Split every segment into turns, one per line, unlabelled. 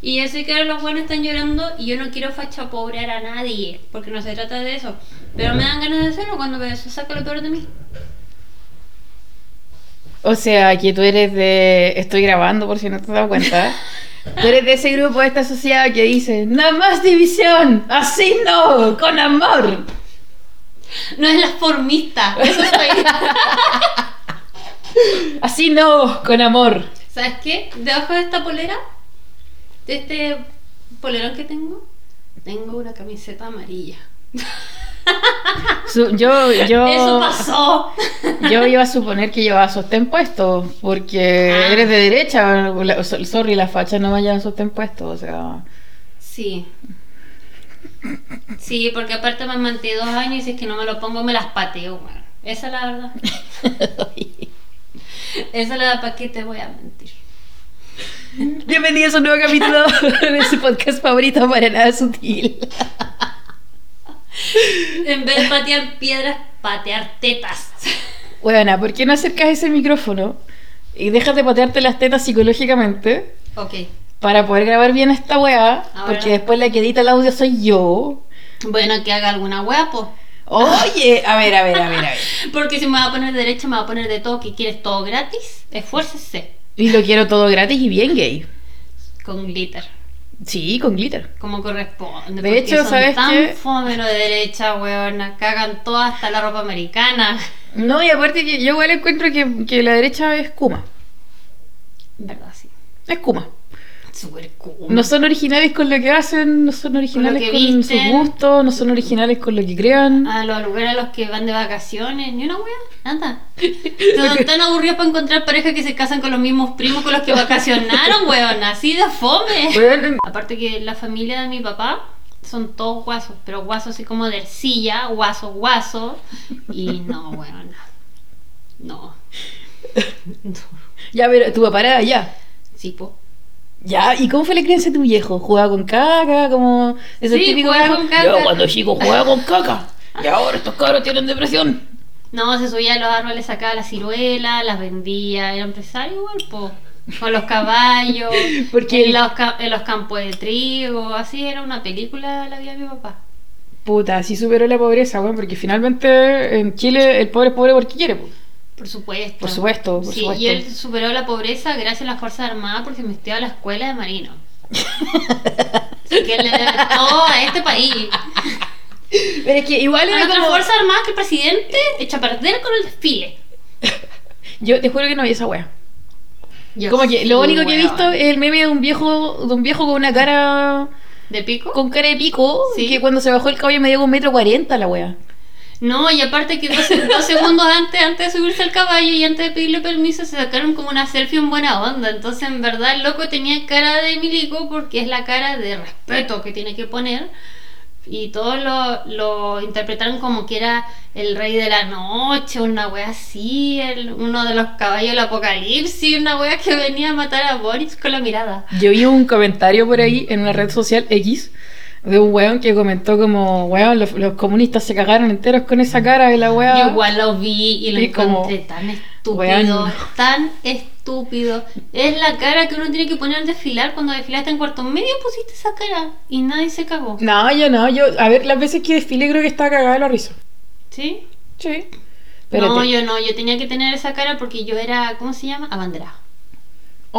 Y yo sé que ahora los buenos están llorando y yo no quiero fachapobrear a nadie, porque no se trata de eso. Pero me dan ganas de hacerlo cuando veo eso, saca lo peor de mí.
O sea, que tú eres de. Estoy grabando por si no te has dado cuenta. Tú eres de ese grupo de esta sociedad que dice: ¡No más división! ¡Así no! ¡Con amor!
No es la formista, eso soy.
¡Así no! ¡Con amor!
¿Sabes qué? Debajo de esta polera, de este polerón que tengo, tengo una camiseta amarilla.
Su- yo, yo.
Eso pasó.
Yo iba a suponer que llevaba sostén puesto, porque
Ah.
eres de derecha. la- so- Sorry, las fachas no vayan sostén puesto, o sea.
Sí. Sí, porque aparte me manté dos años y si es que no me lo pongo me las pateo, weón. Esa es la verdad. Esa es la verdad, ¿para qué te voy a mentir?
Bienvenidos a un nuevo capítulo de su podcast favorito, para nada sutil.
En vez de patear piedras, patear tetas.
Buena, ¿por qué no acercas ese micrófono y déjate patearte las tetas psicológicamente
Ok,
para poder grabar bien esta weá?
Ahora.
Porque después la que edita el audio soy yo. Oh.
bueno, que haga alguna wea, po.
Oye, a ver, a ver, a ver, a ver.
Porque si me va a poner derecha, me va a poner de todo, que quieres todo gratis, esfuércese
Y lo quiero todo gratis y bien gay.
con glitter.
Sí, con glitter.
Como corresponde.
De
porque
hecho,
son
¿sabes
tan
qué?
fome los de derecha, weona. Cagan toda hasta la ropa americana.
No, y aparte que yo igual encuentro que, que la derecha es Kuma.
En verdad, sí.
Es Kuma.
Súper cool.
No son originales con lo que hacen, no son originales
que
con,
visten.
sus gustos, no son originales con lo que crean.
A los lugares a los que van de vacaciones, ni una wea, nada. Son tan aburridos para encontrar parejas que se casan con los mismos primos con los que vacacionaron, weón, así de fome.
Weón,
Aparte que la familia de mi papá son todos guasos, pero guasos así como de ercilla, guaso, guaso. Y no, weón, no. No.
Ya, pero tu papá era allá.
Sí, po.
Ya, ¿y cómo fue la crianza de tu viejo? ¿Jugaba con caca? Como es el
Sí,
típico
jugaba
viejo,
con caca.
Yo cuando chico jugaba con caca. Y ahora estos cabros tienen depresión.
No, se subía a los árboles, sacaba las ciruelas, las vendía, era empresario igual, po. Con los caballos,
Porque-
en, los, ca- en los campos de trigo, así era una película la vida de mi papá.
Puta, así superó la pobreza, weón, porque finalmente en Chile el pobre es pobre porque quiere, po.
Por supuesto.
Por supuesto, por
sí,
supuesto.
Y él superó la pobreza gracias a las Fuerzas Armadas porque se metió a la escuela de marino. así que él le debe todo a este país.
Pero es que igual
A
era
nuestras
como...
Fuerzas Armadas que el presidente echa a perder con el desfile.
Yo te juro que no vi esa wea.
Yo
como que lo
sí,
único que he
weón.
visto es el meme de un viejo, de un viejo con una cara...
¿De pico?
Con cara de pico,
Sí.
que cuando se bajó el caballo me dio un metro cuarenta la wea.
No, y aparte que dos, dos segundos antes, antes de subirse al caballo y antes de pedirle permiso, se sacaron como una selfie en buena onda. Entonces, en verdad, el loco tenía cara de milico porque es la cara de respeto que tiene que poner. Y todos lo, lo interpretaron como que era el rey de la noche, una wea así, el- uno de los caballos del apocalipsis, una wea que venía a matar a Boris con la mirada.
Yo vi un comentario por ahí en una red social X de un weón que comentó como, weón, los, los comunistas se cagaron enteros con esa cara de la weá.
Yo igual lo vi y lo
Y como,
encontré tan estúpido,
weón.
tan estúpido. Es la cara que uno tiene que poner al desfilar cuando desfilaste en cuarto medio pusiste esa cara y nadie se cagó.
No, yo no, yo, a ver, las veces que desfile creo que estaba cagada de la risa.
¿Sí?
Sí. Espérate.
No, yo no, yo tenía que tener esa cara porque yo era, ¿cómo se llama? Abanderada.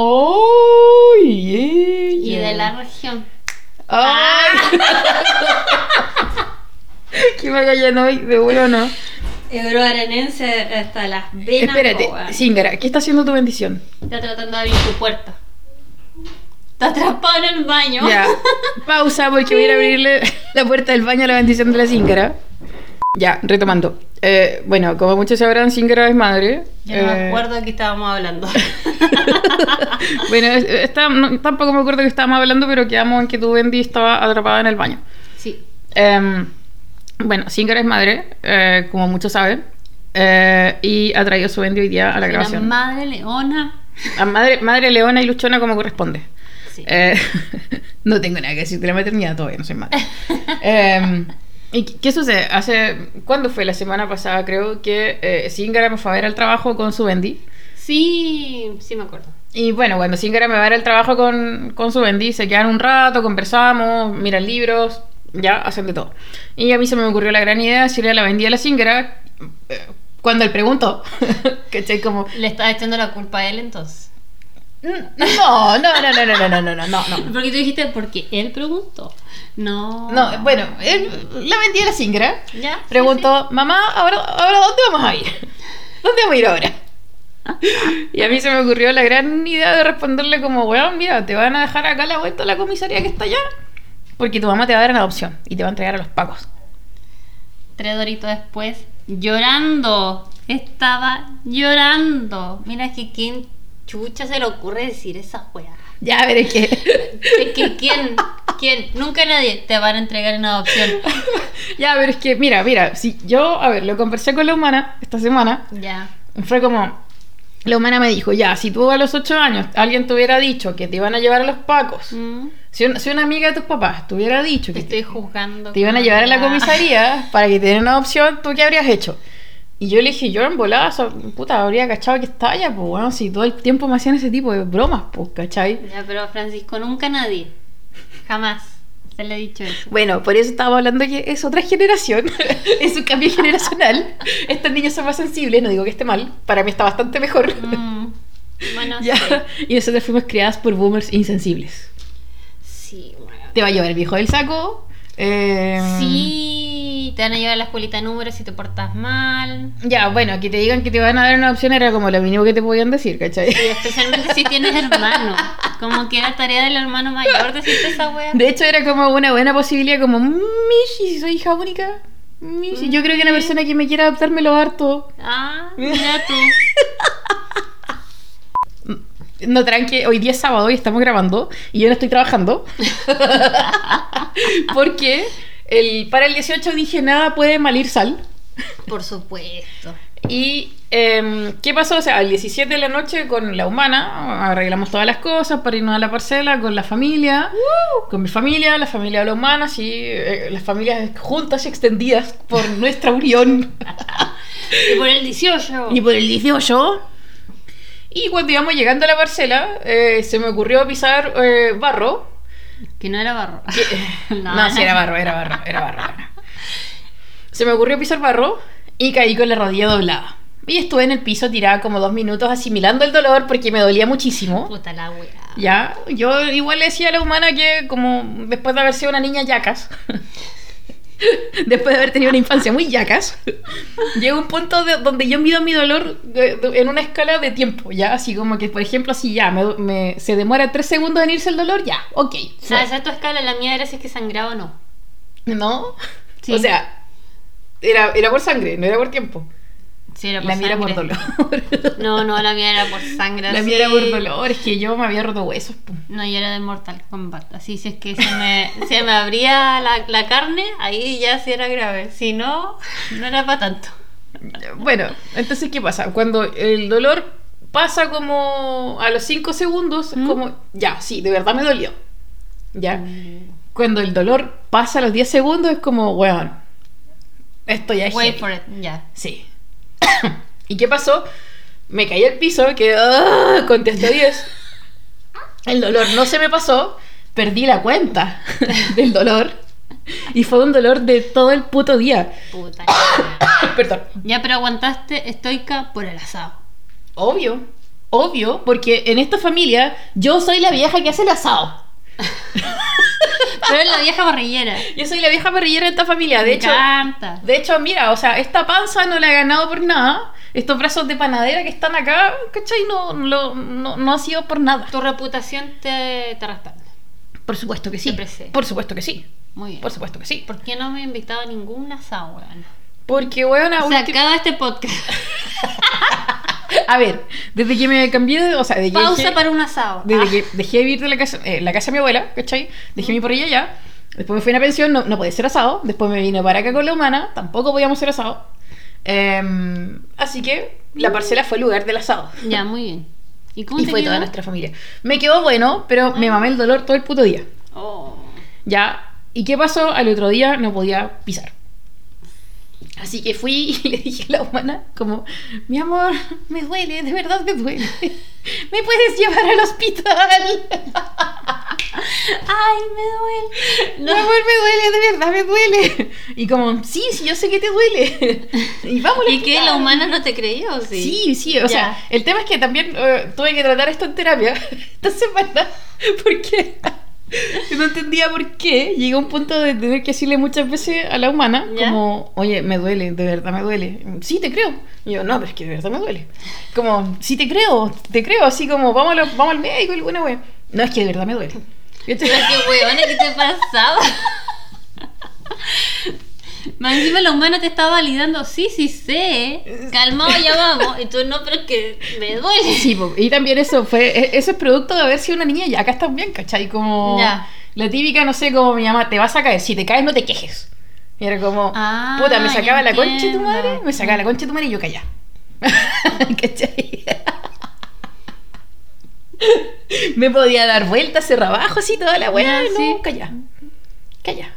¡Oh, yeah,
Y
yeah.
de la región.
¡Ay!
Ah.
¡Qué bacallano hoy! De bueno, no.
Euroarenense hasta las venas.
Espérate,
po, weón.
Zingara, ¿qué está haciendo tu bendición?
Está tratando de abrir tu puerta. Está atrapado en el baño.
Ya, pausa porque voy a ir a abrirle la puerta del baño a la bendición de la Zingara. Ya, retomando. Eh, bueno, como muchos sabrán, Zingara es madre.
Yo no
Eh,
me acuerdo de qué estábamos hablando.
Bueno, es- está- no, tampoco me acuerdo que estábamos hablando, pero quedamos en que tu Bendy estaba atrapada en el baño.
sí.
Em, bueno, Zingara es madre, eh, como muchos saben, eh, y ha traído su Bendy hoy día a la
Era
grabación.
madre leona.
A madre, madre leona y luchona como corresponde.
Sí.
Eh, no tengo nada que decir de la maternidad todavía, no soy madre. Eh, ¿Y qué- qué sucede? Hace, ¿Cuándo fue? La semana pasada creo que eh, Zingara me fue a ver al trabajo con su Bendy.
Sí, sí me acuerdo.
Y bueno, cuando Singer me va a dar el trabajo con, con su bendice, se quedan un rato, conversamos, miran libros, ya, hacen de todo. Y a mí se me ocurrió la gran idea, si a la vendía a la Singera, cuando él preguntó, ¿cachai? Como,
Le estás echando la culpa a él entonces.
no, no, no, no, no, no, no, no, no, no.
Porque tú dijiste, porque él preguntó. No.
No, bueno, él la vendía a la Singera,
Ya, sí,
preguntó, mamá, ¿ahora, ¿ahora dónde vamos a ir? ¿Dónde vamos a ir ahora? Y a mí se me ocurrió la gran idea de responderle como, weón, mira, te van a dejar acá a la vuelta a la comisaría que está allá, porque tu mamá te va a dar en adopción y te va a entregar a los pacos.
Tres doritos después, llorando. Estaba llorando. Mira, es que quién chucha se le ocurre decir esa weá.
Ya veré que...
Es que quién, quién, nunca nadie te van a entregar en adopción.
ya, pero es que, mira, mira, si yo, a ver, lo conversé con la humana esta semana,
Ya.
fue como, la humana me dijo, ya, si tú a los 8 años alguien te hubiera dicho que te iban a llevar a los pacos,
Mm,
si, un- si una amiga de tus papás te hubiera dicho
Te
que
estoy juzgando.
te iban a llevar a la
como-
comisaría para que te dieran una opción, ¿tú qué habrías hecho? Y yo le dije, yo en volada, so- puta, habría cachado que estalla, pues, bueno, si todo el tiempo me hacían ese tipo de bromas, pues, ¿cachai?
Ya, pero Francisco, nunca nadie. Jamás. Se le ha dicho eso.
Bueno, por eso estábamos hablando que es otra generación, es un cambio generacional. Estos niños son más sensibles, no digo que esté mal, para mí está bastante mejor.
Mm, Bueno,
Ya, Y nosotros fuimos criadas por boomers insensibles.
sí. Sí, bueno.
Te va a llevar el viejo del saco. eh,
Sí, te van a llevar a la escuelita número si te portas mal.
Ya, bueno, que te digan que te van a dar una opción era como lo mínimo que te podían decir, ¿cachai?
Y especialmente si tienes hermano. Como que era tarea del hermano mayor decirte esa wea.
De hecho, era como una buena posibilidad, como, Mishi, si soy hija única, Mishi, yo creo que una persona que me quiera adoptar me lo va a dar todo.
Ah, mira tú.
No, tranqui, hoy día es sábado y estamos grabando y yo no estoy trabajando. Porque el, para el 18 dije, nada puede malir sal.
Por supuesto.
¿Y em, qué pasó? O sea, al 17 de la noche con la humana arreglamos todas las cosas para irnos a la parcela con la familia, con mi familia, la familia de la humana, sí, eh, las familias juntas y extendidas por nuestra unión.
Y por el 18.
Y por el 18. Y cuando íbamos llegando a la parcela, eh, se me ocurrió pisar eh, barro.
Que no era barro.
No, sí, era barro, era barro, era barro. era. Se me ocurrió pisar barro y caí con la rodilla doblada. Y estuve en el piso tirada como dos minutos asimilando el dolor porque me dolía muchísimo.
Puta la wea.
Ya, yo igual le decía a la humana que como después de haber sido una niña yacas, después de haber tenido una infancia muy yacas, llega un punto de- donde yo mido mi dolor de- de- en una escala de tiempo, ya, así como que por ejemplo si ya me, me- se demora tres segundos en irse el dolor, ya, ok. fue.
Ah, esa es tu escala, la mía era si es que sangraba o no.
¿No?
Sí.
O sea, era, era por sangre, no era por tiempo.
Sí, era por
la mía era por
sangre.
dolor.
No, no, la mía era por sangre.
la
así.
mía era por dolor, es que yo me había roto huesos. po.
No, yo era de Mortal Kombat. Así si es que se me, se me abría la, la carne, ahí ya sí era grave. Si no, no era para tanto.
Bueno, entonces, ¿qué pasa? Cuando el dolor pasa como a los 5 segundos, es
¿Mm?
como, ya, sí, de verdad me dolió. Ya. Cuando el dolor pasa a los 10 segundos, es como, weón, esto ya es
Wait
heavy".
for it, ya.
Sí. ¿Y qué pasó? Me caí al piso, que ¡ah! conté hasta 10. El dolor no se me pasó, perdí la cuenta del dolor. Y fue un dolor de todo el puto día.
Puta. ya.
Perdón.
ya, pero aguantaste estoica por el asado.
Obvio. Obvio, porque en esta familia yo soy la vieja que hace el asado.
Pero la vieja barrillera.
Yo soy la vieja parrillera de esta familia. De
Me
hecho,
encanta.
de hecho, mira, o sea, esta panza no la he ganado por nada. Estos brazos de panadera que están acá, ¿cachai? No, no, no, no ha sido por nada.
Tu reputación te, te respalda.
Por supuesto que sí.
Siempre sé.
Por supuesto que sí.
Muy bien.
Por supuesto que sí.
¿Por qué no me he invitado a ningún asado, weón?
Porque, weón, a,
Se acaba este podcast.
a ver, desde que me cambié de. O sea, desde que
Pausa
dejé-
para un asado.
Desde que dejé de vivir de la casa, eh, la casa de mi abuela, ¿cachai? Dejé mi parrilla allá. Después me fui a una pensión, no, no podía ser asado. Después me vine para acá con la humana, tampoco podíamos ser asado. Em, así que la parcela fue el lugar del asado.
Ah, ya, muy bien. ¿Y cómo
Y
te
fue
quedó? Ah.
toda nuestra familia. Me quedó bueno, pero me mamé el dolor todo el puto día.
Oh.
Ya. ¿Y qué pasó? Al otro día no podía pisar. Así que fui y le dije a la humana, como, mi amor, me duele, de verdad me duele. ¿Me puedes llevar al hospital?
¡Ay, me duele!
Mi amor, me duele, de verdad me duele. Y como, sí, sí, yo sé que te duele. Y vamos al
¿Y qué?
hospital.
¿La humana no te creyó? o Sí.
Sí, sí, o
Ya.
sea, el tema es que también eh, tuve que tratar esto en terapia esta semana porque no entendía por qué. Llegué a un punto de tener que decirle muchas veces a la humana
Ya.
como, oye, me duele, de verdad me duele. Sí, te creo. Y yo, no, pero es que de verdad me duele. Como, sí, te creo, te creo, así como, vamos, a lo- vamos al médico y bueno, güey. No, es que de verdad me duele.
Pero qué hueona, ¿qué te pasaba? Más encima la humana te está validando, sí, sí sé, calmado ya vamos, y tú no, pero es que me duele.
Sí, po, y también eso fue, e- eso es producto de haber sido una niña yacas también, ¿cachai? Como
Ya.
la típica, no sé, como mi mamá, te vas a caer, si te caes no te quejes. Y era como,
Ah,
puta, me
ya
sacaba la concha de tu
entiendo.
madre, me sacaba la concha de tu madre y yo callá. ¿Cachai? me podía dar vueltas, cerrar abajo, así toda la
Ya,
weá, no,
sí.
callá. Callá.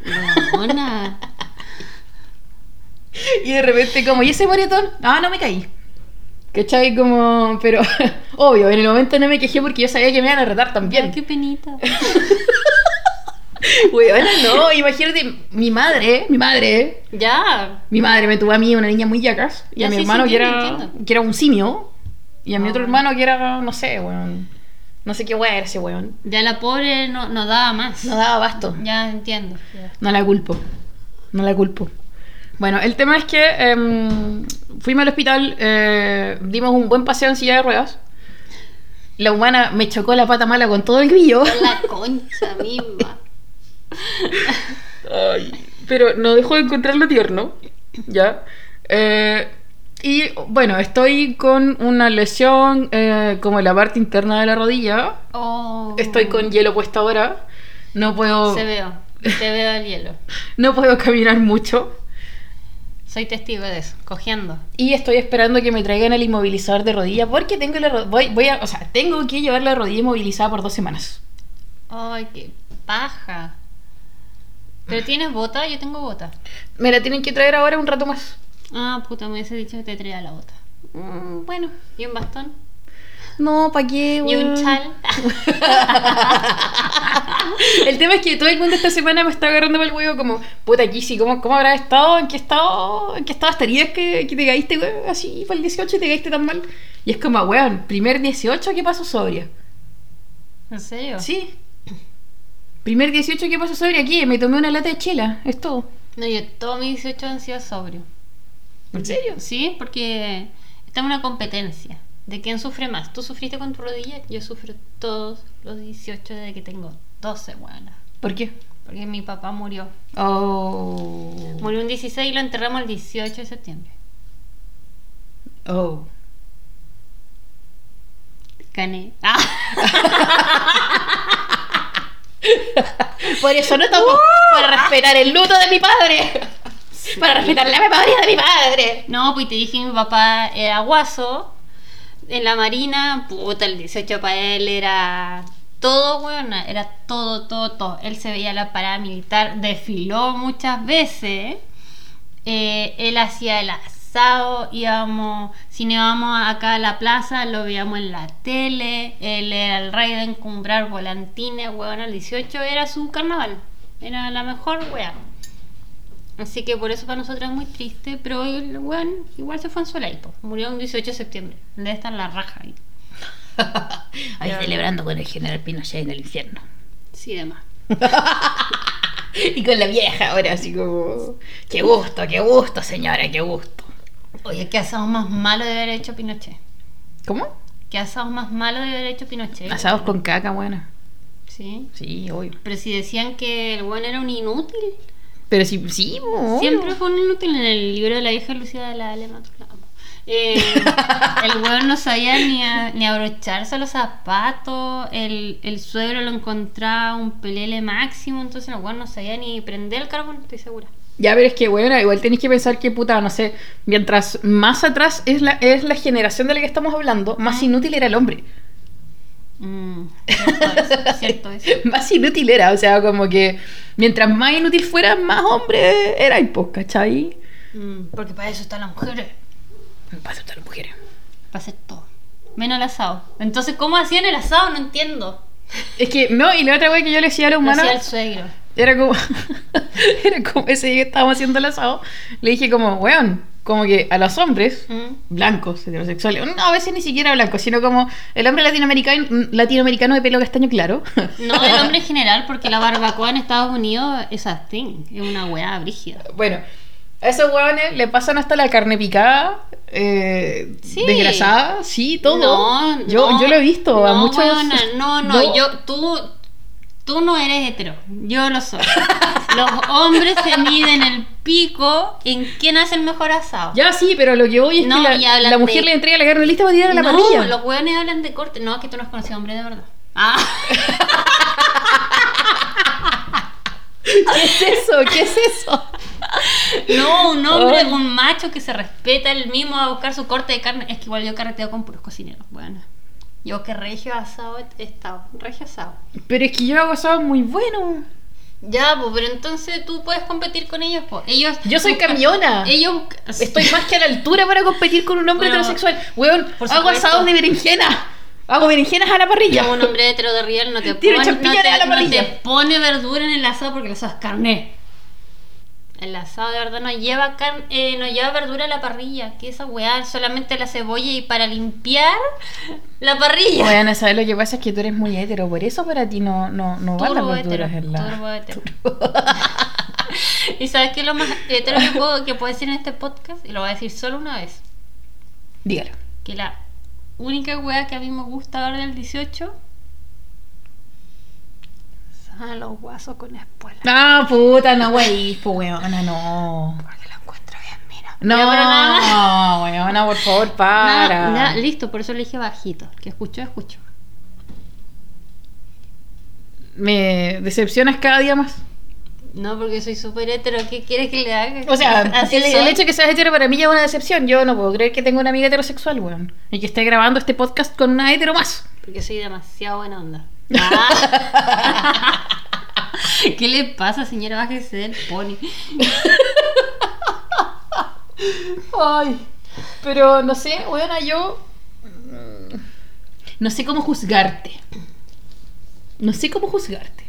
Hueona.
Y de repente como, ¿y ese moretón? Ah, no me caí. ¿Cachai? Como, pero obvio, en el momento no me quejé porque yo sabía que me iban a retar también.
Ay, Ah, qué penita.
Weona, no, imagínate, mi madre, mi madre,
Ya.
mi madre me tuvo a mí, una niña muy yacas, y
Ya,
a mi
Ah, sí, sí,
hermano que,
entiendo,
era,
entiendo.
que era un simio, y a mi
Ah.
otro hermano que era, no sé, weón, no sé qué weón era ese weón.
Ya la pobre no, no daba más.
No daba abasto.
Ya entiendo.
No la culpo, no la culpo. Bueno, el tema es que em, fuimos al hospital, eh, dimos un buen paseo en silla de ruedas. La humana me chocó la pata mala con todo el grillo.
La concha misma.
Ay, pero no dejo de encontrarlo tierno. Ya. Eh, y bueno, estoy con una lesión eh, como en la parte interna de la rodilla.
Oh.
Estoy con hielo puesto ahora. No puedo,
Se veo. Te veo el hielo.
no puedo caminar mucho.
Soy testigo de eso. Cogiendo.
Y estoy esperando que me traigan el inmovilizador de rodilla porque tengo la ro- voy, voy a, o sea, tengo que llevar la rodilla inmovilizada por dos semanas.
Ay, qué paja. ¿Pero tienes bota? Yo tengo bota.
Me la tienen que traer ahora un rato más.
Ah, puta, me hubiese dicho que te traía la bota.
Mm, bueno,
¿Y un bastón?
no, ¿para qué?
¿Y un
weón?
chal?
El tema es que todo el mundo esta semana me está agarrando para el huevo como, puta Kissy, ¿cómo, ¿cómo habrás estado? ¿En qué estado? ¿En qué estado estarías que, que te caíste, weón? Así para el 18 y te caíste tan mal. Y es como, weón, primer 18 que paso sobria.
¿En serio?
Sí. Primer 18 que paso sobria aquí, me tomé una lata de chela, es todo.
No, yo todos mis 18 han sido sobrio.
¿En serio?
Sí, porque está en una competencia de quién sufre más. Tú sufriste con tu rodilla, yo sufro todos los 18 desde que tengo 12, buenas.
¿Por qué?
Porque mi papá murió.
Oh.
Murió un 16 y lo enterramos el 18 de septiembre.
Oh.
Gané. Ah,
Por eso no tomo, para respetar el luto de mi padre. Para respetar la memoria de mi padre.
No, pues te dije que mi papá era guaso. En la marina, puta, el 18 para él era todo, weón. Era todo, todo, todo. Él se veía la parada militar, desfiló muchas veces. Eh, él hacía el asado, íbamos, si no íbamos acá a la plaza, lo veíamos en la tele, él era el rey de encumbrar volantines, weón, el 18 era su carnaval, era la mejor weá. Así que por eso para nosotros es muy triste, pero el weón igual se fue en su laipo, murió un 18 de septiembre, debe estar la raja ahí.
Ahí
Ya.
celebrando con el general Pinochet en el infierno.
Sí, demás.
Y con la vieja ahora, así como. Qué gusto, qué gusto, señora, qué gusto.
Oye, qué asado más malo de haber hecho Pinochet.
¿Cómo?
Qué asado más malo de haber hecho Pinochet.
Asados con caca, buena.
Sí.
Sí, obvio.
Pero si decían que el weón era un inútil.
Pero sí, sí, obvio.
Siempre fue un inútil en el libro de la hija Lucía de la Alema. la amo. Eh, el weón no sabía ni, a- ni abrocharse los zapatos, el, el suegro lo encontraba un pelele máximo, entonces el weón no sabía ni prender el carbón, estoy segura.
Ya, pero es que, bueno, igual tenéis que pensar que, puta, no sé, mientras más atrás es la, es la generación de la que estamos hablando, más inútil era el hombre.
Mm, cierto es, cierto es.
más inútil era, o sea, como que mientras más inútil fuera, más hombre era y pues, ¿cachai?
Mm, porque para eso están las mujeres.
Para aceptar a las mujeres.
Para hacer todo. Menos el asado. Entonces, ¿cómo hacían el asado? No entiendo.
Es que, no, y la otra wea que yo le decía a los
Lo
humanos.
hacía el suegro.
Era como. era como ese día que estábamos haciendo el asado. Le dije, como, weón, como que a los hombres
Mm.
blancos, heterosexuales, no, a veces ni siquiera blancos, sino como el hombre latinoamericano, latinoamericano de pelo castaño claro.
No, el hombre en general, porque la barbacoa en Estados Unidos es a thing. Es una weá brígida.
bueno, a esos weones le pasan hasta la carne picada, eh,
Sí.
desgrasada, sí, todo.
No,
yo,
no,
yo lo he visto a
no,
muchos.
weona, no, no, yo, tú, tú no eres hetero. Yo lo soy. Los hombres se miden el pico en quién hace el mejor asado.
Ya sí, pero lo que voy es
No,
que la,
y hablan
la mujer
de-
le entrega la carne lista para tirar a la
no,
parrilla.
los weones hablan de corte. No, es que tú no has conocido hombre de verdad. Ah,
¿Qué es eso? ¿Qué es eso?
no, un hombre,
Ay.
un macho que se respeta el mismo a buscar su corte de carne. Es que igual yo carreteo con puros cocineros. Bueno, yo que regio asado he estado, regio asado.
Pero es que yo hago asado muy bueno.
Ya, pues, pero entonces tú puedes competir con ellos, pues. Ellos.
Yo soy
buscan-
camiona.
Ellos. buscan-
Estoy más que a la altura para competir con un hombre
Bueno,
heterosexual. Weón,
por
hago
supuesto.
asados de berenjena. Hago berenjenas a la parrilla.
No, un hombre hetero de riel no te
Tiro
pone. No
champiñones a la
te, no
parrilla.
te pone verdura en el asado porque el asado es carne. El asado de verdad no lleva carne, no lleva verdura a la parrilla, que esa weá, solamente la cebolla y para limpiar la parrilla.
Weón, ¿sabes lo que pasa? Es que tú eres muy hetero. Por eso para ti no, no, no van las
Turbo
verduras
hetero,
en la...
turbo hetero. ¿Y sabes qué es lo más hetero que puedo, que puedo decir en este podcast? Y lo voy a decir solo una vez.
Dígalo.
que la única weá que a mí me gusta ver del 18 son los guasos con espuela.
No, puta, no, wey. Pues weona, no.
Porque lo encuentro bien, mira.
No,
Ya, pero nada más.
weona, por favor, para.
Nada, nada, listo, por eso le dije bajito. Que escuchó, escuchó.
Me decepcionas cada día más.
No, porque soy súper hetero. ¿Qué quieres que le haga?
O sea,
Así
el, el
soy.
hecho de que seas hetero para mí ya es una decepción. Yo no puedo creer que tengo una amiga heterosexual, weón. Y que esté grabando este podcast con una hetero más.
Porque soy demasiado buena onda. Ah. ¿Qué le pasa, señora? Bájese del pony.
Ay, pero no sé, weona, yo. mm, No sé cómo juzgarte. No sé cómo juzgarte.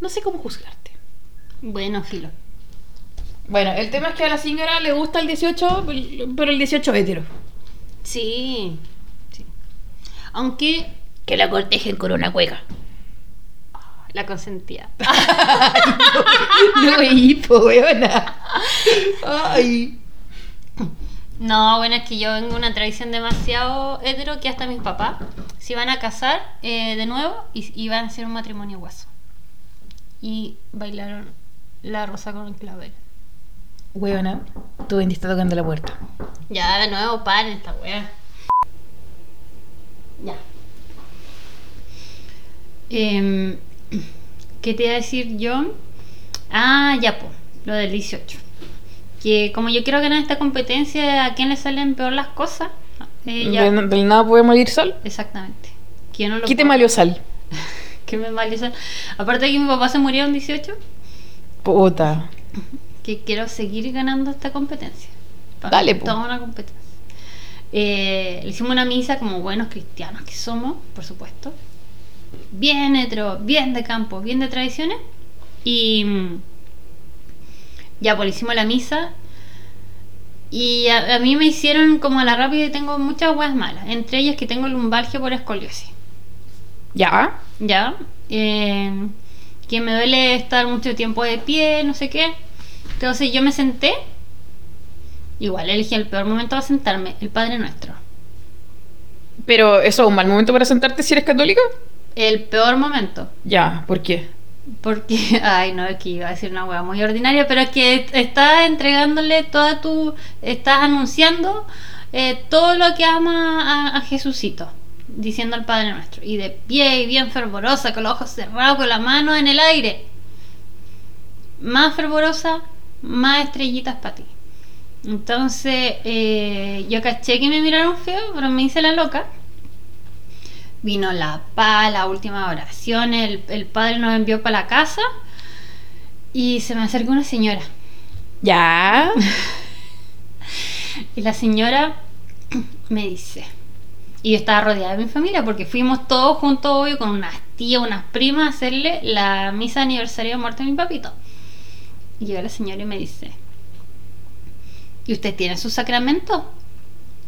No sé cómo juzgarte.
Bueno, filo.
Bueno, el tema es que a la señora le gusta el 18, pero el 18 hetero.
Sí. sí. Aunque
Que la cortejen con una cueca.
la consentía.
No, hipo, weona. Ay.
No, bueno, es que yo vengo de una tradición demasiado hetero que hasta mis papás se iban a casar eh, de nuevo y iban a hacer un matrimonio guaso. Y bailaron la rosa con el clavel.
Weona, tu vente está tocando la puerta.
Ya, de nuevo, paren esta weá. Ya. Em, ¿Qué te iba a decir yo? Ah, ya, po, lo del 18. Que como yo quiero ganar esta competencia, ¿a quién le salen peor las cosas? Eh, ya.
¿Del, del nada puede morir sol?
Exactamente. Que yo no lo
¿Qué te
puedo-
malió sal?
Que me valió esa- Aparte de que mi papá se murió en 18,
Puta.
que quiero seguir ganando esta competencia. Pa-
Dale, po.
Toda una competencia. Eh, le hicimos una misa como buenos cristianos que somos, por supuesto. Bien hetero, bien de campo, bien de tradiciones. Y mm, ya, pues le hicimos la misa. Y a, a mí me hicieron como a la rápida y tengo muchas huevas malas. Entre ellas que tengo lumbalgia por escoliosis.
¿Ya?
¿ya? eh, que me duele estar mucho tiempo de pie, no sé qué. Entonces yo me senté, igual elegí el peor momento para sentarme, el Padre Nuestro.
Pero eso es un mal momento para sentarte si eres católica.
El peor momento.
Ya, ¿por qué?
Porque, ay, no, es que iba a decir una hueá muy ordinaria, pero es que estás entregándole toda tu. Estás anunciando eh, todo lo que ama a, a Jesucito, diciendo al Padre Nuestro. Y de pie y bien fervorosa, con los ojos cerrados, con la mano en el aire. Más fervorosa, más estrellitas para ti. Entonces, eh, yo caché que me miraron feo, pero me hice la loca. Vino la paz, la última oración, el, el padre nos envió para la casa y se me acercó una señora
Ya.
Y la señora me dice, y yo estaba rodeada de mi familia porque fuimos todos juntos, obvio, con unas tías, unas primas, a hacerle la misa de aniversario de muerte de mi papito. Y llega la señora y me dice, ¿y usted tiene su sacramento?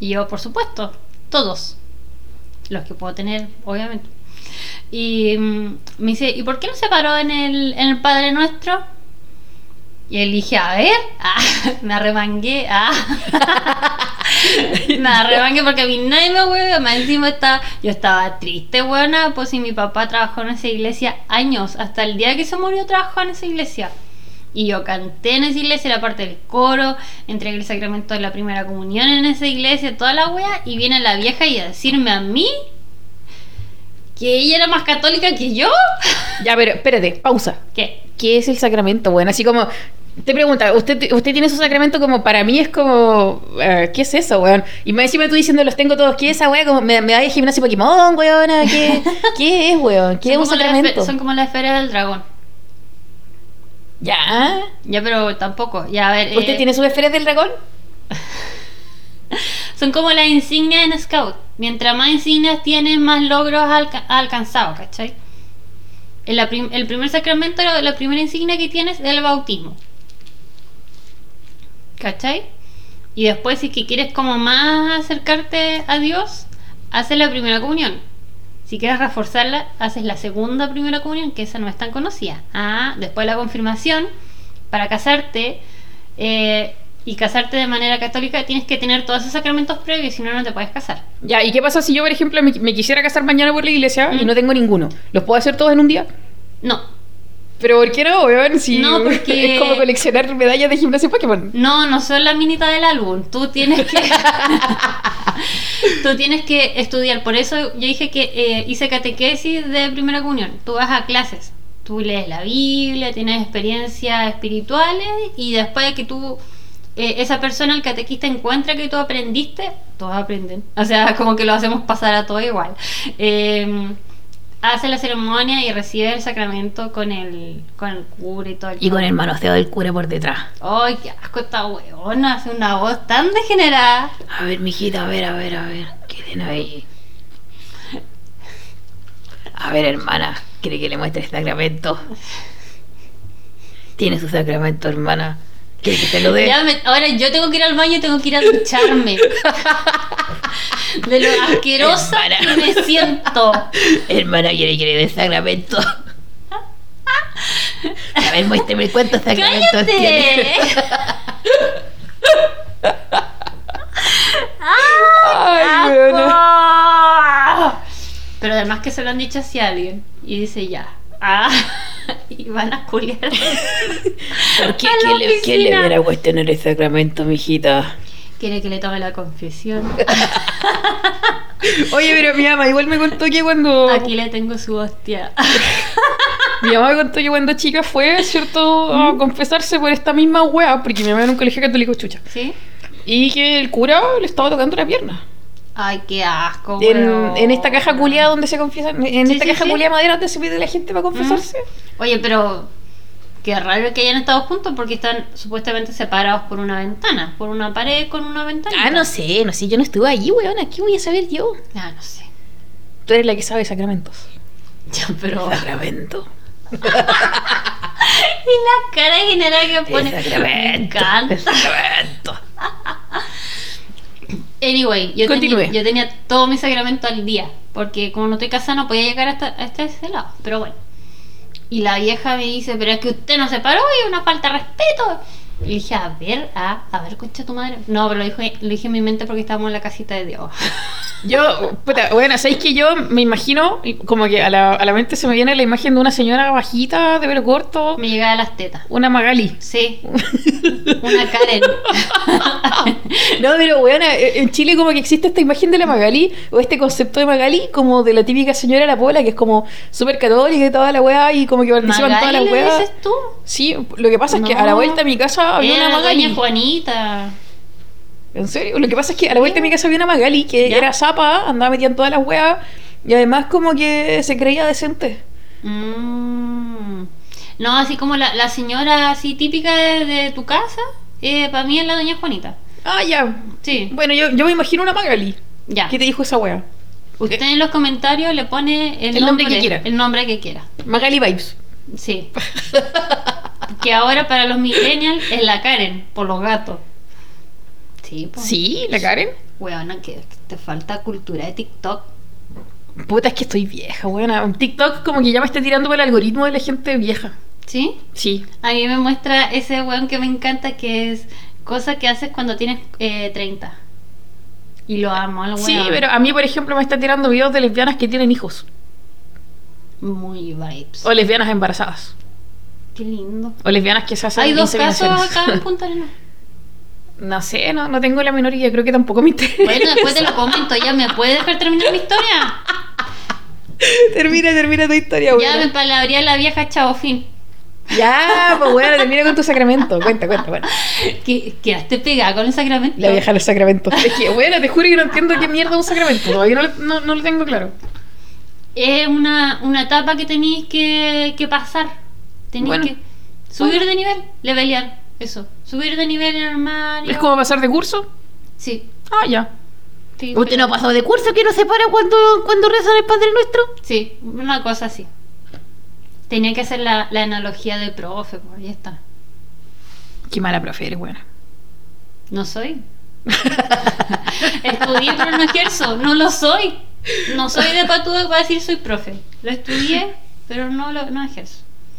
Y yo, por supuesto, todos. Los que puedo tener, obviamente. Y mm, me dice, ¿y por qué no se paró en el, en el Padre Nuestro? Y él dije, a ver, ah, me arremangué, ah. me arremangué porque a mí nadie me hueve, más encima estaba, yo estaba triste, buena, pues si mi papá trabajó en esa iglesia años, hasta el día que se murió trabajó en esa iglesia. Y yo canté en esa iglesia, era parte del coro, entregué el sacramento de la primera comunión en esa iglesia, toda la wea, y viene la vieja y a decirme a mí que ella era más católica que yo.
Ya, pero espérate, pausa.
¿Qué?
¿Qué es el sacramento? Bueno, así como. Te pregunta, usted, usted tiene su sacramento como para mí es como. eh, ¿Qué es eso, weón? Y me encima tú diciendo los tengo todos. ¿Qué es esa weón? Como, me, me da de gimnasio Pokémon, weón. ¿Qué, ¿Qué es, weón? ¿Qué es un
Son como las fe-
sacramento?
Son como las esferas del dragón.
Ya.
Ya, pero tampoco. Ya, a ver.
¿Usted
eh,
tiene sus esferas del dragón?
Son como las insignias en Scout. Mientras más insignias tienes, más logros has alca- has alcanzado, ¿cachai? El, la prim- el primer sacramento, la, la primera insignia que tienes es el bautismo. ¿Cachai? Y después, si es que quieres como más acercarte a Dios, haces la primera comunión. Si quieres reforzarla, haces la segunda primera comunión, que esa no es tan conocida. Ah, después la confirmación, para casarte eh, y casarte de manera católica, tienes que tener todos esos sacramentos previos, si no, no te puedes casar.
Ya, ¿y qué pasa si yo, por ejemplo, me, me quisiera casar mañana por la iglesia y
Mm.
no tengo ninguno? ¿Los puedo hacer todos en un día?
No,
Pero ¿por qué no, weón? Si
No, porque-
es como coleccionar medallas de gimnasio Pokémon.
no, no son la minita del álbum. Tú tienes que. tú tienes que estudiar. Por eso yo dije que eh, hice catequesis de primera comunión. Tú vas a clases. Tú lees la Biblia, tienes experiencias espirituales y después de que tú, eh, esa persona, el catequista, encuentra que tú aprendiste, todos aprenden. O sea, como que lo hacemos pasar a todo igual. Eh, hace la ceremonia y recibe el sacramento con el, con el cura y todo el rollo.
manoseo del cura por detrás.
Ay, qué asco esta weona, hace una voz tan degenerada.
A ver, mijita, a ver, a ver, a ver. ¿Qué tiene ahí? A ver, hermana, ¿quiere que le muestre el sacramento? Tiene su sacramento, hermana. ¿Quiere que te lo dé?
Ya me- ahora yo tengo que ir al baño y tengo que ir a ducharme. De lo asquerosa que me siento.
Hermana, ¿quiere que le dé el sacramento? A ver, muéstrame cuántos sacramentos tiene.
¡Cállate!
Ay, weona.
¡Asco! Pero además que se lo han dicho hacia alguien. Y dice ya. Ah, y van a culiar.
¿Por qué?
A la
¿Quién le, ¿Quién le
oficina.
verá cuestionar el sacramento, mijita?
Quiere que le tome la confesión.
Oye, pero mi mamá igual me contó que cuando.
Aquí le tengo su hostia.
Mi mamá me contó que cuando chica fue, ¿cierto?, a confesarse por esta misma wea, porque mi mamá era un colegio católico chucha.
¿Sí?
Y que el cura le estaba tocando la pierna.
Ay, qué asco.
En,
weón.
en esta caja culiada donde se confiesan, en
Sí,
esta
sí,
caja
sí.
culiada de madera donde se pide la gente para confesarse.
Oye, pero qué raro que hayan estado juntos porque están supuestamente separados por una ventana, por una pared con una ventana.
sé, Ah, no sé, yo no estuve allí, weón, aquí voy a saber yo?
Ah, no sé.
Tú eres la que sabe sacramentos.
Ya, pero. y
Sacramento.
la cara general que
El
pone. Me encanta.
el sacramento.
Anyway, yo tenía,
Continúe.
yo tenía todo mi sacramento al día, porque como no estoy casada no podía llegar hasta, hasta ese lado, pero bueno. Y la vieja me dice, pero es que usted no se paró y es una falta de respeto. Y dije, a ver, a, a ver, concha tu madre. No, pero lo dije, lo dije en mi mente porque estábamos en la casita de Dios.
Yo, puta, bueno, sabéis que yo me imagino, y como que a la, a la mente se me viene la imagen de una señora bajita, de pelo corto,
me llegaba a las tetas.
una Magali.
Sí. Una Karen.
No, pero bueno, en Chile como que existe esta imagen de la Magali, o este concepto de Magali, como de la típica señora la pola, que es como súper católica y toda la weá, y como que participa en todas
Magali,
las
¿le
weas.
dices tú?
Sí, lo que pasa es que a la
No.
vuelta de mi casa había
Era
Ah, una
la doña
Magali.
Juanita.
En serio, lo que pasa es que a la vuelta de mi casa había una Magali que
Ya.
era zapa, andaba metida en todas las weas, y además como que se creía decente.
Mm. No, así como la, la señora así típica de, de tu casa. eh, para mí es la doña Juanita.
Ah, ya.
Sí,
Bueno, yo, yo me imagino una Magali.
ya.
¿Qué te dijo esa wea?
Usted en los comentarios le pone el,
El nombre que quiera.
El nombre que quiera.
Magali Vibes.
Sí. que ahora para los millennials es la Karen, por los gatos. Sí, po.
Sí, la Karen.
Weona, que que te falta cultura de TikTok.
Puta, es que estoy vieja, buena. TikTok como que ya me está tirando por el algoritmo de la gente vieja.
¿Sí?
Sí.
A mí me muestra ese weón que me encanta que es cosa que haces cuando tienes eh, 30. Y lo amo al weón.
Sí, pero a mí, por ejemplo, me está tirando videos de lesbianas que tienen hijos.
Muy vibes.
O lesbianas embarazadas.
Qué lindo.
O lesbianas que se hacen
Hay dos casos
inseminaciones.
acá en Punta Arenas.
No sé, no, no tengo la menor idea. Creo que tampoco me interesa.
Bueno, después te lo comento. ¿Ya me puedes dejar terminar mi historia?
Termina, termina tu historia,
Ya me
weón.
palabría la vieja chao fin.
Ya, pues bueno, termina con tu sacramento. Cuenta, cuenta, cuenta.
¿Qué- ¿Quedaste pegada con el sacramento?
La vieja de los sacramentos. Es que, bueno, te juro que no entiendo qué mierda es un sacramento. Todavía no, lo- no, no lo tengo claro.
Es una, una etapa que tenéis que, que pasar. Tenéis
Bueno.
que subir de nivel, levelear. Eso. Subir de nivel en el armario.
Es como pasar de curso.
Sí.
Ah, ya.
sí,
¿Usted
pero-
no ha pasado de curso que no se para cuando, cuando rezan el Padre Nuestro?
Sí, una cosa así. Tenía que hacer la, la analogía del profe, pues ya está.
Qué mala profe eres, buena.
No soy. estudié, pero no ejerzo. No lo soy. No soy de patudo para decir soy profe. Lo estudié, pero no lo no ejerzo.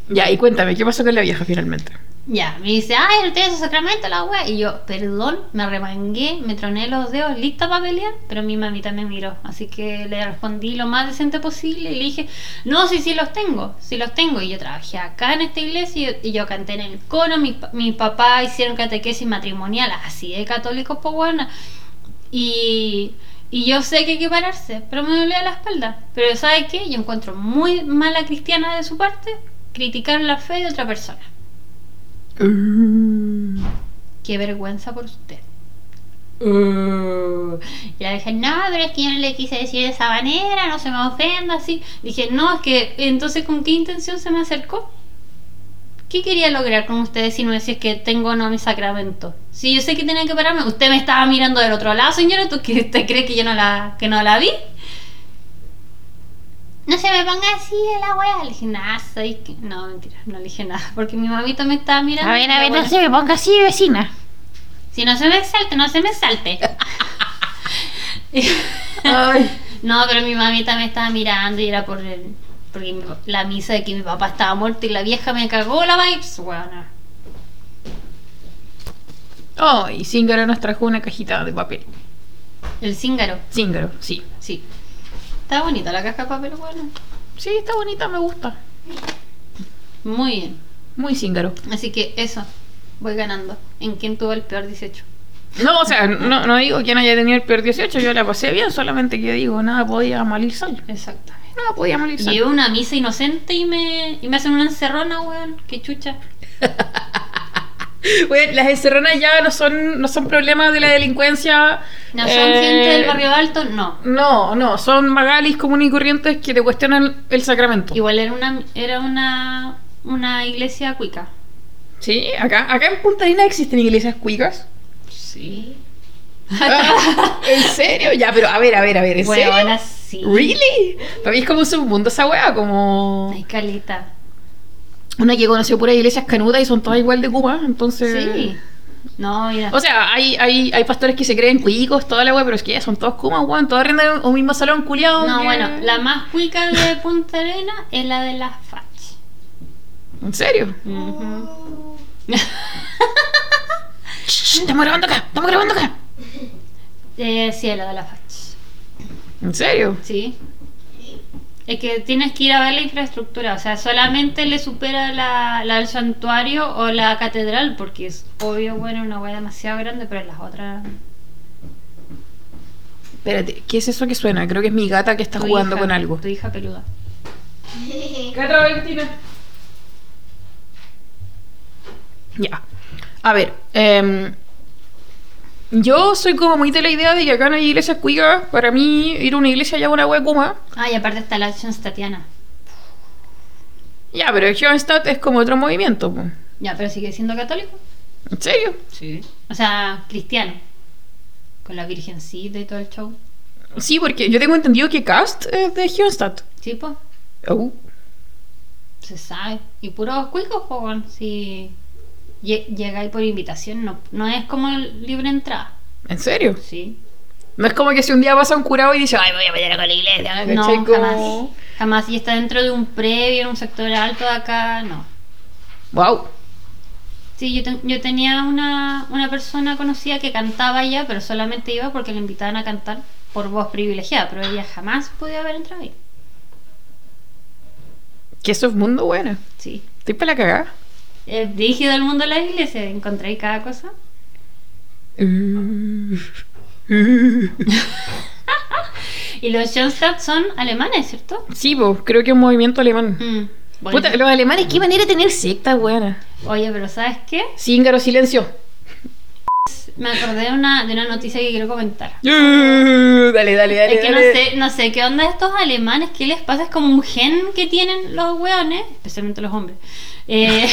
Ya, y cuéntame, ¿qué pasó con la vieja finalmente?
Ya, me dice, ay, no tienes sacramento la wea. Y yo, perdón, me remangué, me troné los dedos, lista para pelear. Pero mi mamita me miró. Así que le respondí lo más decente posible y le dije, no, sí, sí los tengo, sí los tengo. Y yo trabajé acá en esta iglesia y yo, y yo canté en el coro. Mi, pa- mi papá hicieron catequesis matrimonial, así de católicos, pues buena. Y, y yo sé que hay que pararse, pero me dolía la espalda. Pero ¿sabe qué? Yo encuentro muy mala cristiana de su parte criticar la fe de otra persona. Qué vergüenza por usted. Y la dije, no, pero es que yo no le quise decir de esa manera, no se me ofenda, así. Dije, no, es que entonces con qué intención se me acercó. ¿Qué quería lograr con usted decirme si es que tengo o no mi sacramento? Si yo sé que tenía que pararme, usted me estaba mirando del otro lado, señora, ¿tú qué, te crees que yo no la, que no la vi? No se me ponga así de la wea. Le dije, nada, soy que-". No, mentira, no le dije nada, porque mi mamita me estaba mirando.
A ver,
y
a
la
ver,
wea-
no se me Eh, ponga así, vecina.
si no se me exalte, no se me exalte.
Ay.
no, pero mi mamita me estaba mirando y era por el, porque mi- la misa de que mi papá estaba muerto y la vieja me cagó la vibes. Bueno,
Oh, y Zíngaro nos trajo una cajita de papel.
el cíngaro,
Zíngaro, sí.
sí. Está bonita la caja de papel, bueno.
Sí, está bonita, me gusta.
Muy bien.
Muy Zíngaro.
Así que eso, voy ganando. ¿En quién tuvo el peor 18?
No, o sea, no, no digo que no haya tenido el peor 18, yo la pasé bien, solamente que digo, nada podía malizar.
Exactamente.
Nada podía malizar.
Llevo una misa inocente y me, y me hacen una encerrona, weón. Qué chucha.
Bueno, las encerronas ya no son, no son problemas de la delincuencia.
¿No son
eh,
gente del barrio alto? No.
No, no, son magalis comunes y corrientes que te cuestionan el sacramento.
Igual era una era una, una iglesia cuica.
Sí, acá, acá en Punta Arenas existen iglesias cuicas.
Sí.
Ah, ¿En serio? Ya, pero a ver, a ver, a ver, ¿en
Huevona,
serio?
sí.
¿Really? Para mí es como un submundo esa wea, como
Ay, caleta.
una que conoció puras iglesias canudas y son todas igual de Cuba, entonces...
Sí. No, mira.
O sea, hay, hay, hay pastores que se creen cuicos, toda la wea, pero es que ya son todos Cumas, weón, todos rinden en un mismo salón culiado.
no, bueno, la más cuica de Punta Arena es la de las FACH.
¿En serio? Shh, estamos grabando acá, estamos grabando acá.
Eh, sí, es la de las FACH.
¿En serio?
Sí. Es que tienes que ir a ver la infraestructura, o sea, solamente le supera la, la del santuario o la catedral, porque es obvio, bueno, una hueá demasiado grande, pero las otras
Espérate, ¿qué es eso que suena? Creo que es mi gata que está
Tu
jugando
hija,
con algo.
Tu hija peluda.
Gata Valentina. Ya. A ver, em, yo soy como muy de la idea de que acá no hay iglesias cuicas. Para mí, ir a una iglesia ya es una wea kuma.
Ah, y aparte está la acción Tatiana.
Ya, pero el Hohenstatt es como otro movimiento. po.
Ya, pero sigue siendo católico.
¿En serio?
Sí. O sea, cristiano. Con la virgencita y todo el show.
Sí, porque yo tengo entendido que Cast es de Hionstadt.
Sí, po,
Oh.
se sabe. Y puros cuicos, po, weón, si lle- llegáis por invitación, no, no es como libre entrada.
¿En serio?
Sí.
No es como que si un día vas a un curado y dices, ay, voy a pelear con la iglesia.
No,
¿cachai?
jamás.
Como-
Jamás. Y está dentro de un previo, en un sector alto de acá, no.
Wow.
Sí, yo, te- yo tenía una, una persona conocida que cantaba ya, pero solamente iba porque le invitaban a cantar por voz privilegiada, pero ella jamás podía haber entrado ahí.
Que eso es mundo bueno.
Sí.
Estoy para la cagada.
Eh, dirigido al mundo de la iglesia, encontré ahí cada cosa. Y los Schoenstatt son alemanes, ¿cierto?
sí, vos, creo que es un movimiento alemán.
Mm, bueno.
Puta, los alemanes, qué manera de tener sectas, buena.
Oye, pero ¿sabes qué?
Cíngaro, silencio.
Me acordé de una, de una noticia que quiero comentar.
Uh, dale, dale, dale.
es que
dale.
no sé, no sé qué onda estos alemanes, qué les pasa, es como un gen que tienen los weones, especialmente los hombres. Eh,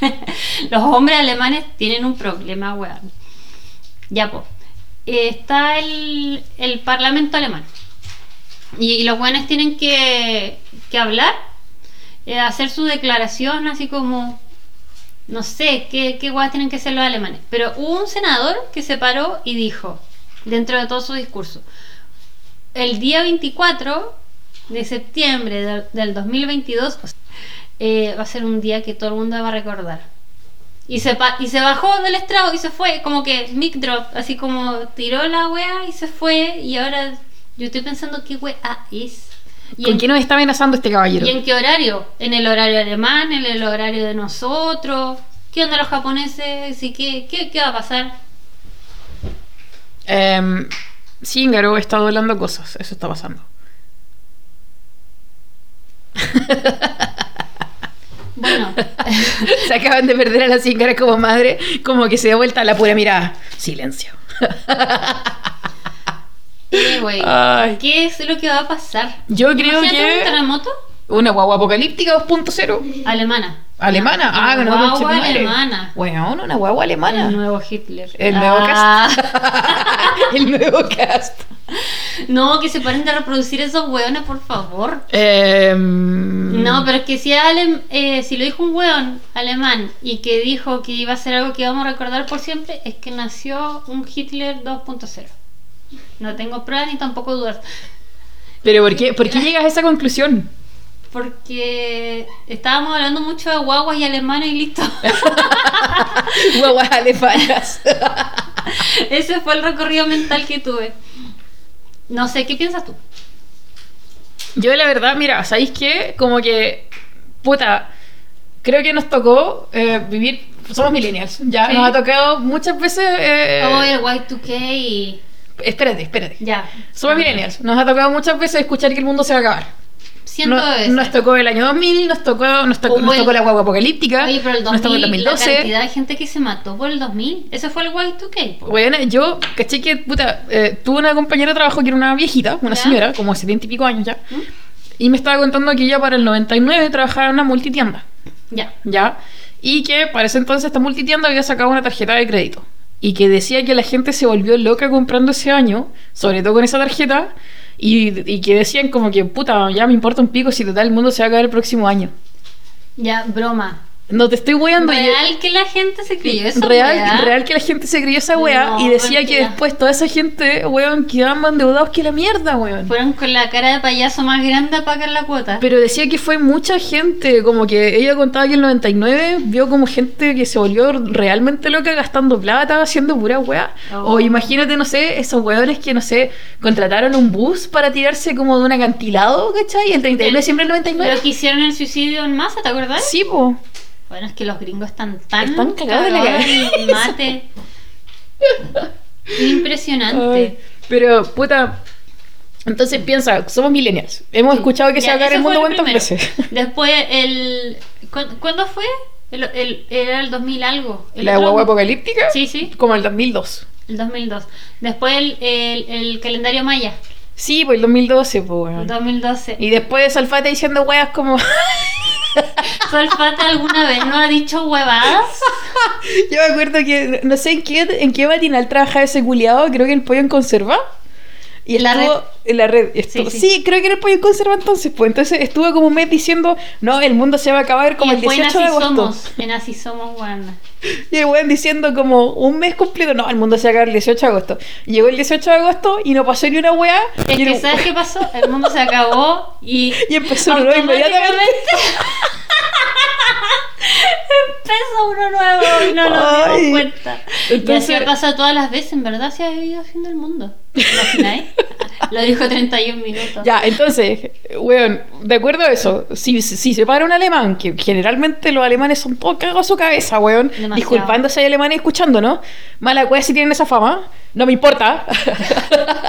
los hombres alemanes tienen un problema, weón. Ya, po. Eh, está el, el parlamento alemán. Y, y los weones tienen que, que hablar, eh, hacer su declaración, así como. No sé qué, qué weas tienen que hacer los alemanes. Pero hubo un senador que se paró y dijo, dentro de todo su discurso, el día 24 de septiembre del- del 2022 o sea, eh, va a ser un día que todo el mundo va a recordar. Y se, pa- y se bajó del estrado y se fue, como que mic drop, así como tiró la wea y se fue. Y ahora yo estoy pensando qué wea es. Y
¿Con
en,
quién nos está amenazando este caballero?
¿Y en qué horario? ¿En el horario alemán? ¿En el horario de nosotros? ¿Qué onda los japoneses? ¿Y qué, qué, qué va a pasar?
Em, Zíngaro está doblando cosas. Eso está pasando.
Bueno,
Se acaban de perder a la Zíngara como madre, como que se da vuelta a la pura mirada. Silencio.
anyway,
Ay.
¿qué es lo que va a pasar?
Yo creo
Imagínate un
que.
terremoto
Una guagua apocalíptica 2.0.
alemana.
Alemana. Ah,
una
no,
guagua
conchetumare.
alemana.
Bueno, una guagua
El
alemana.
nuevo Hitler.
El nuevo
Ah,
cast. El nuevo cast.
No, que se paren de reproducir esos hueones, por favor.
Em,
No, pero es que si, es alem- eh, si lo dijo un hueón alemán y que dijo que iba a ser algo que íbamos a recordar por siempre, es que nació un Hitler 2.0. No tengo pruebas ni tampoco dudas.
¿Pero por qué, por qué llegas a esa conclusión?
Porque estábamos hablando mucho de guaguas y alemanes y listo.
Guaguas alemanas.
Ese fue el recorrido mental que tuve. No sé, ¿qué piensas tú?
Yo la verdad, mira, ¿sabéis qué? Como que, puta, creo que nos tocó eh, vivir, somos millennials, ya
Sí.
nos ha tocado muchas veces... eh,
Oh, el Y2K y...
Espérate, espérate.
Ya.
Somos millennials, nos ha tocado muchas veces escuchar que el mundo se va a acabar.
Siento
No-
eso.
nos tocó el año 2000, nos tocó, nos tocó,
O
nos
el-
tocó la guagua apocalíptica,
Oye, pero el
nos
2000,
tocó el
la
2012.
cantidad de gente que se mató por el 2000, ese fue el Y2K. po.
Bueno, yo caché que, puta, eh, tuve una compañera de trabajo que era una viejita, una
¿Ya?
señora, como de 70 y pico años ya,
¿Mm?
y me estaba contando que ella para el 99 trabajaba en una multitienda.
Ya.
¿ya? Y que para ese entonces esta multitienda había sacado una tarjeta de crédito. Y que decía que la gente se volvió loca comprando ese año, sobre todo con esa tarjeta, y, y que decían como que, puta, ya me importa un pico si total el mundo se va a acabar el próximo año.
Ya, broma.
No te estoy weando. yo-
Real que la gente se creyó eso.
real, real que la gente se creyó esa wea
No,
y decía que
mentira.
después toda esa gente, weón, quedaban más endeudados que la mierda, weón.
Fueron con la cara de payaso más grande a pagar la cuota.
Pero decía que fue mucha gente, como que ella contaba que el 99 vio como gente que se volvió realmente loca gastando plata, haciendo pura weá.
Oh.
O imagínate, no sé, esos weones que, no sé, contrataron un bus para tirarse como de un acantilado, ¿cachai? El 31 de diciembre del
Pero
99.
que hicieron el suicidio en masa, ¿te acordás?
Sí, po.
Bueno, es que los gringos están tan
Están cagados de la
del
cabeza.
mate. Impresionante.
Ay, pero, puta. Entonces piensa, somos millennials. Hemos escuchado que se
Ya,
va a acabar
ese
el
fue
mundo cuántas
primero.
veces.
Después el ¿cu- ¿cuándo fue? El, el- era el 2000 algo. El
La
otro-
guagua apocalíptica,
Sí, sí,
como el 2002.
el 2002. Después el, el- el calendario maya,
Sí, pues el 2012, pues,
el 2012.
Y después Salfate diciendo weas como.
¿Solfata alguna vez no ha dicho huevadas?
Yo me acuerdo que no sé en qué, en qué matinal trabajaba ese culiado, creo que el pollo en conserva. Y
En la
estuvo-
red.
En la red. y estuvo-
Sí,
sí,
sí.
creo que era el pollo en conserva entonces. Pues entonces estuve como un mes diciendo, no, el mundo se va a acabar como
Y
el
fue en
18 de
Así
agosto.
Somos, en Así Somos, Wanda.
Y el weón diciendo como un mes cumplido, no, el mundo se va a acabar el 18 de agosto. Llegó el 18 de agosto y no pasó ni una weá.
Es
y, el-
que, ¿sabes qué pasó? El mundo se acabó y.
y empezó uno nuevo inmediatamente.
automáticamente- Empezó uno nuevo y no nos
Ay.
dimos cuenta.
Entonces-
y así ha pasado todas las veces, en verdad se ha ido haciendo el mundo. ¿Te imagináis? Lo dijo 31 minutos.
Ya, entonces, weón, de acuerdo a eso, si, si se para un alemán, que generalmente los alemanes son todos cagados a su cabeza, weón,
Demasiado.
disculpando si hay alemanes escuchando, ¿no? Mala wea si tienen esa fama, no me importa.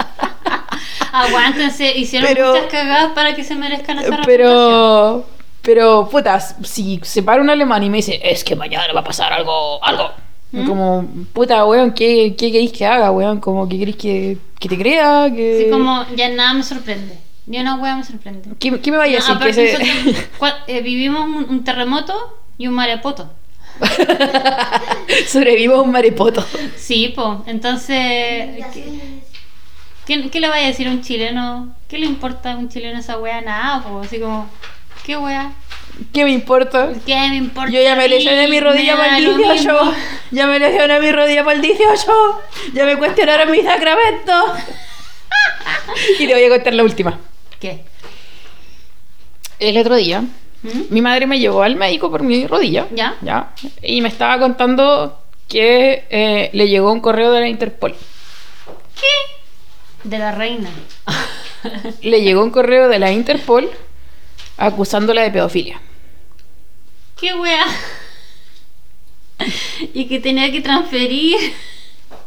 Aguántense, hicieron
Pero-
muchas cagadas para que se merezcan esa reputación.
pero, pero, putas, si se para un alemán y me dice, es que mañana va a pasar algo, algo.
¿Mm?
Como, puta, weón, ¿qué, ¿qué queréis que haga, weón? Como, ¿qué queréis que, que te crea? Que...
Así como ya nada me sorprende. Ni una hueá me sorprende.
¿Qué, qué me vaya
No,
a decir? Que
aparte
se-
nosotros, cua- eh, vivimos un, un terremoto y un marepoto.
Sobrevivo a un marepoto.
Sí, po. Entonces, ¿qué, qué- qué le vaya a decir a un chileno? ¿Qué le importa a un chileno esa wea? Nada, po. Así como, ¿qué wea?
¿Qué me importa?
¿Qué me importa?
Yo ya me
a mí?
lesioné mi rodilla
Me da
para el
lo
18.
mismo.
Ya me lesioné mi rodilla para el 18. Ya me cuestionaron mis sacramentos. Y te voy a contar la última.
¿Qué?
El otro día,
¿Mm?
mi madre me llevó al médico por mi rodilla.
¿Ya?
Ya. Y me estaba contando que eh, le llegó un correo de la Interpol.
De la reina.
Le llegó un correo de la Interpol acusándola de pedofilia.
¿Qué wea? y que tenía que transferir.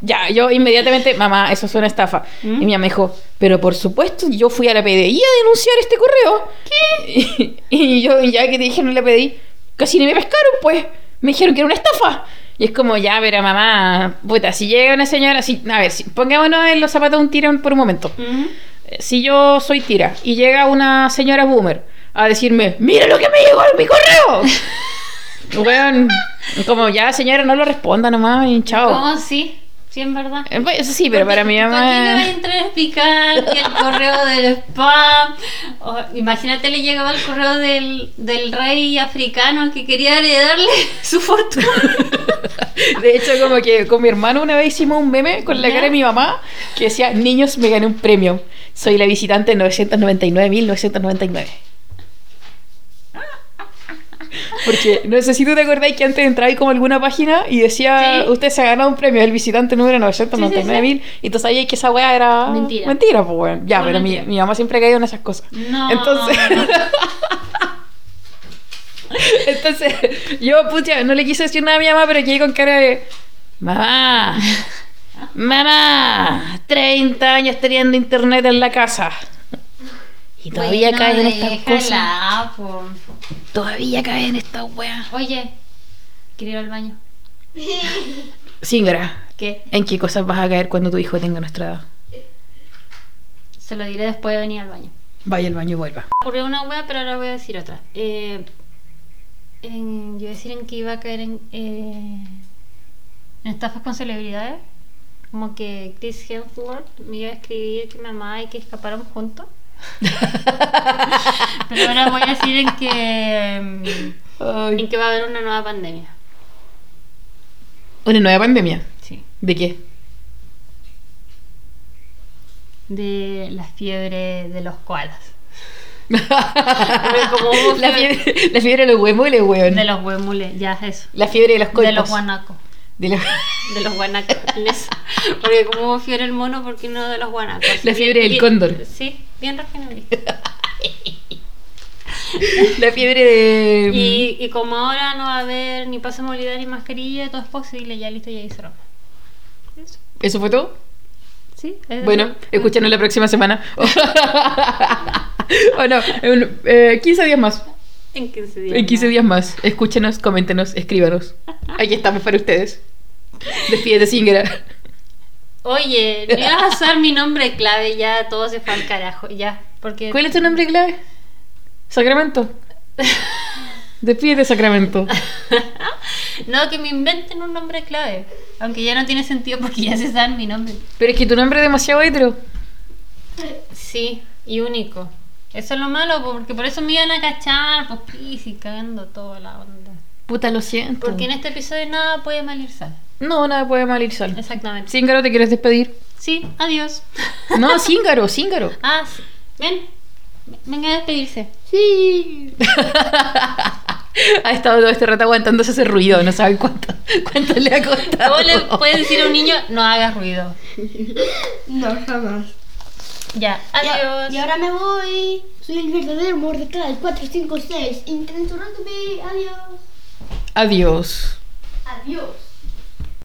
Ya, yo inmediatamente, mamá, eso es una estafa.
¿Mm?
Y mi mamá me dijo, pero por supuesto, yo fui a la PDI a denunciar este correo. ¿Qué? Y, y yo, ya que te dijeron la PDI, casi ni me pescaron, pues. Me dijeron que era una estafa. Y es como, ya, pero mamá, puta, si llega una señora, si, a ver, si, pongámonos en los zapatos de un tirón por un momento.
¿Mm?
Eh, Si yo soy tira y llega una señora boomer a decirme, mira lo que me llegó en mi correo. Weón, como ya, señora, no lo responda nomás y chao.
¿Cómo sí? Sí, en verdad.
Eh, pues, Eso sí, pero para mi
¿Para qué le
mamá.
vas a entrar a explicar que el correo del spam? O, imagínate le llegaba el correo del, del rey africano que quería heredarle su fortuna.
De hecho, como que con mi hermano una vez hicimos un meme con la
¿Ya?
cara de mi mamá que decía, niños, me gané un premio. Soy la visitante 999.999. Porque no sé si tú te acordáis que antes entráis como a alguna página y decía,
Sí.
usted se ha ganado un premio, el visitante número 999.000
Sí,
y tú sabías que esa weá era
Mentira.
Mentira, pues weón. Ya,
Pura
pero mi,
mentira.
mi mamá siempre ha caído en esas cosas.
No.
Entonces- Entonces, yo, puta, no le quise decir nada a mi mamá, pero llegué con cara de. Mamá, mamá, 30 años teniendo internet en la casa. Y todavía
Bueno,
caes en estas cosas.
déjala, po.
Todavía caes en estas weas.
Oye, quiero ir al baño.
Singra,
¿Qué?
¿en qué cosas vas a caer cuando tu hijo tenga nuestra edad?
Se lo diré después de venir al baño.
Vaya al baño y vuelva.
ocurrió una wea, pero ahora voy a decir otra. Eh, en- yo iba a decir en que iba a caer en, eh, en estafas con celebridades. Como que Chris Hemsworth me iba a escribir que mi mamá y que escaparon juntos. pero ahora voy a decir en que, mm, en
Ay.
que va a haber una nueva pandemia.
Una nueva pandemia.
Sí.
¿De qué?
De la fiebre de los koalas. como vos-
la, fiebre, la fiebre de los huemules, weón.
De los huemules, ya eso.
La fiebre de los
De
cuerpos.
los guanacos.
De los-
De los guanacos. en eso. Porque como hubo fiebre el mono, ¿por qué no de los guanacos?
La fiebre del
Bien-
cóndor.
Sí, bien regenerado.
La fiebre de.
Y, y como ahora no va a haber ni pase de movilidad ni mascarilla, todo es posible, ya listo, ya hice Roma. Eso.
¿Eso fue todo?
Sí, es-
Bueno, escúchanos la próxima semana. o no, en, eh, 15 días más.
En 15 días.
En 15
más.
días más. Escúchenos, coméntenos, escríbanos. Aquí estamos para ustedes. Despídete, Singera.
Oye, no ibas a usar mi nombre clave, ya todo se fue al carajo, ya. Porque
¿Cuál es tu nombre clave? Sacramento. Despídete, Sacramento.
No, que me inventen un nombre clave. Aunque ya no tiene sentido porque ya se saben mi nombre.
Pero es que tu nombre es demasiado hetero.
Sí, y único. Eso es lo malo, po, porque por eso me iban a cachar, pues please, y cagando toda la onda.
Puta, lo siento.
Porque en este episodio nada puede mal sal.
No, nada puede mal ir sal.
Exactamente. Sí,
Cíngaro, ¿te quieres despedir?
adiós.
No, Cíngaro, Cíngaro.
ah, sí. ven. Venga a despedirse.
Sí. ha estado todo este rato aguantándose ese ruido, no sabe cuánto, cuánto le ha costado.
¿Cómo le puedes decir a un niño no hagas ruido?
No, jamás.
Ya, adiós.
Y, y ahora me voy. Soy el verdadero Mordecai 456. Intento rápido. Adiós.
Adiós.
Adiós.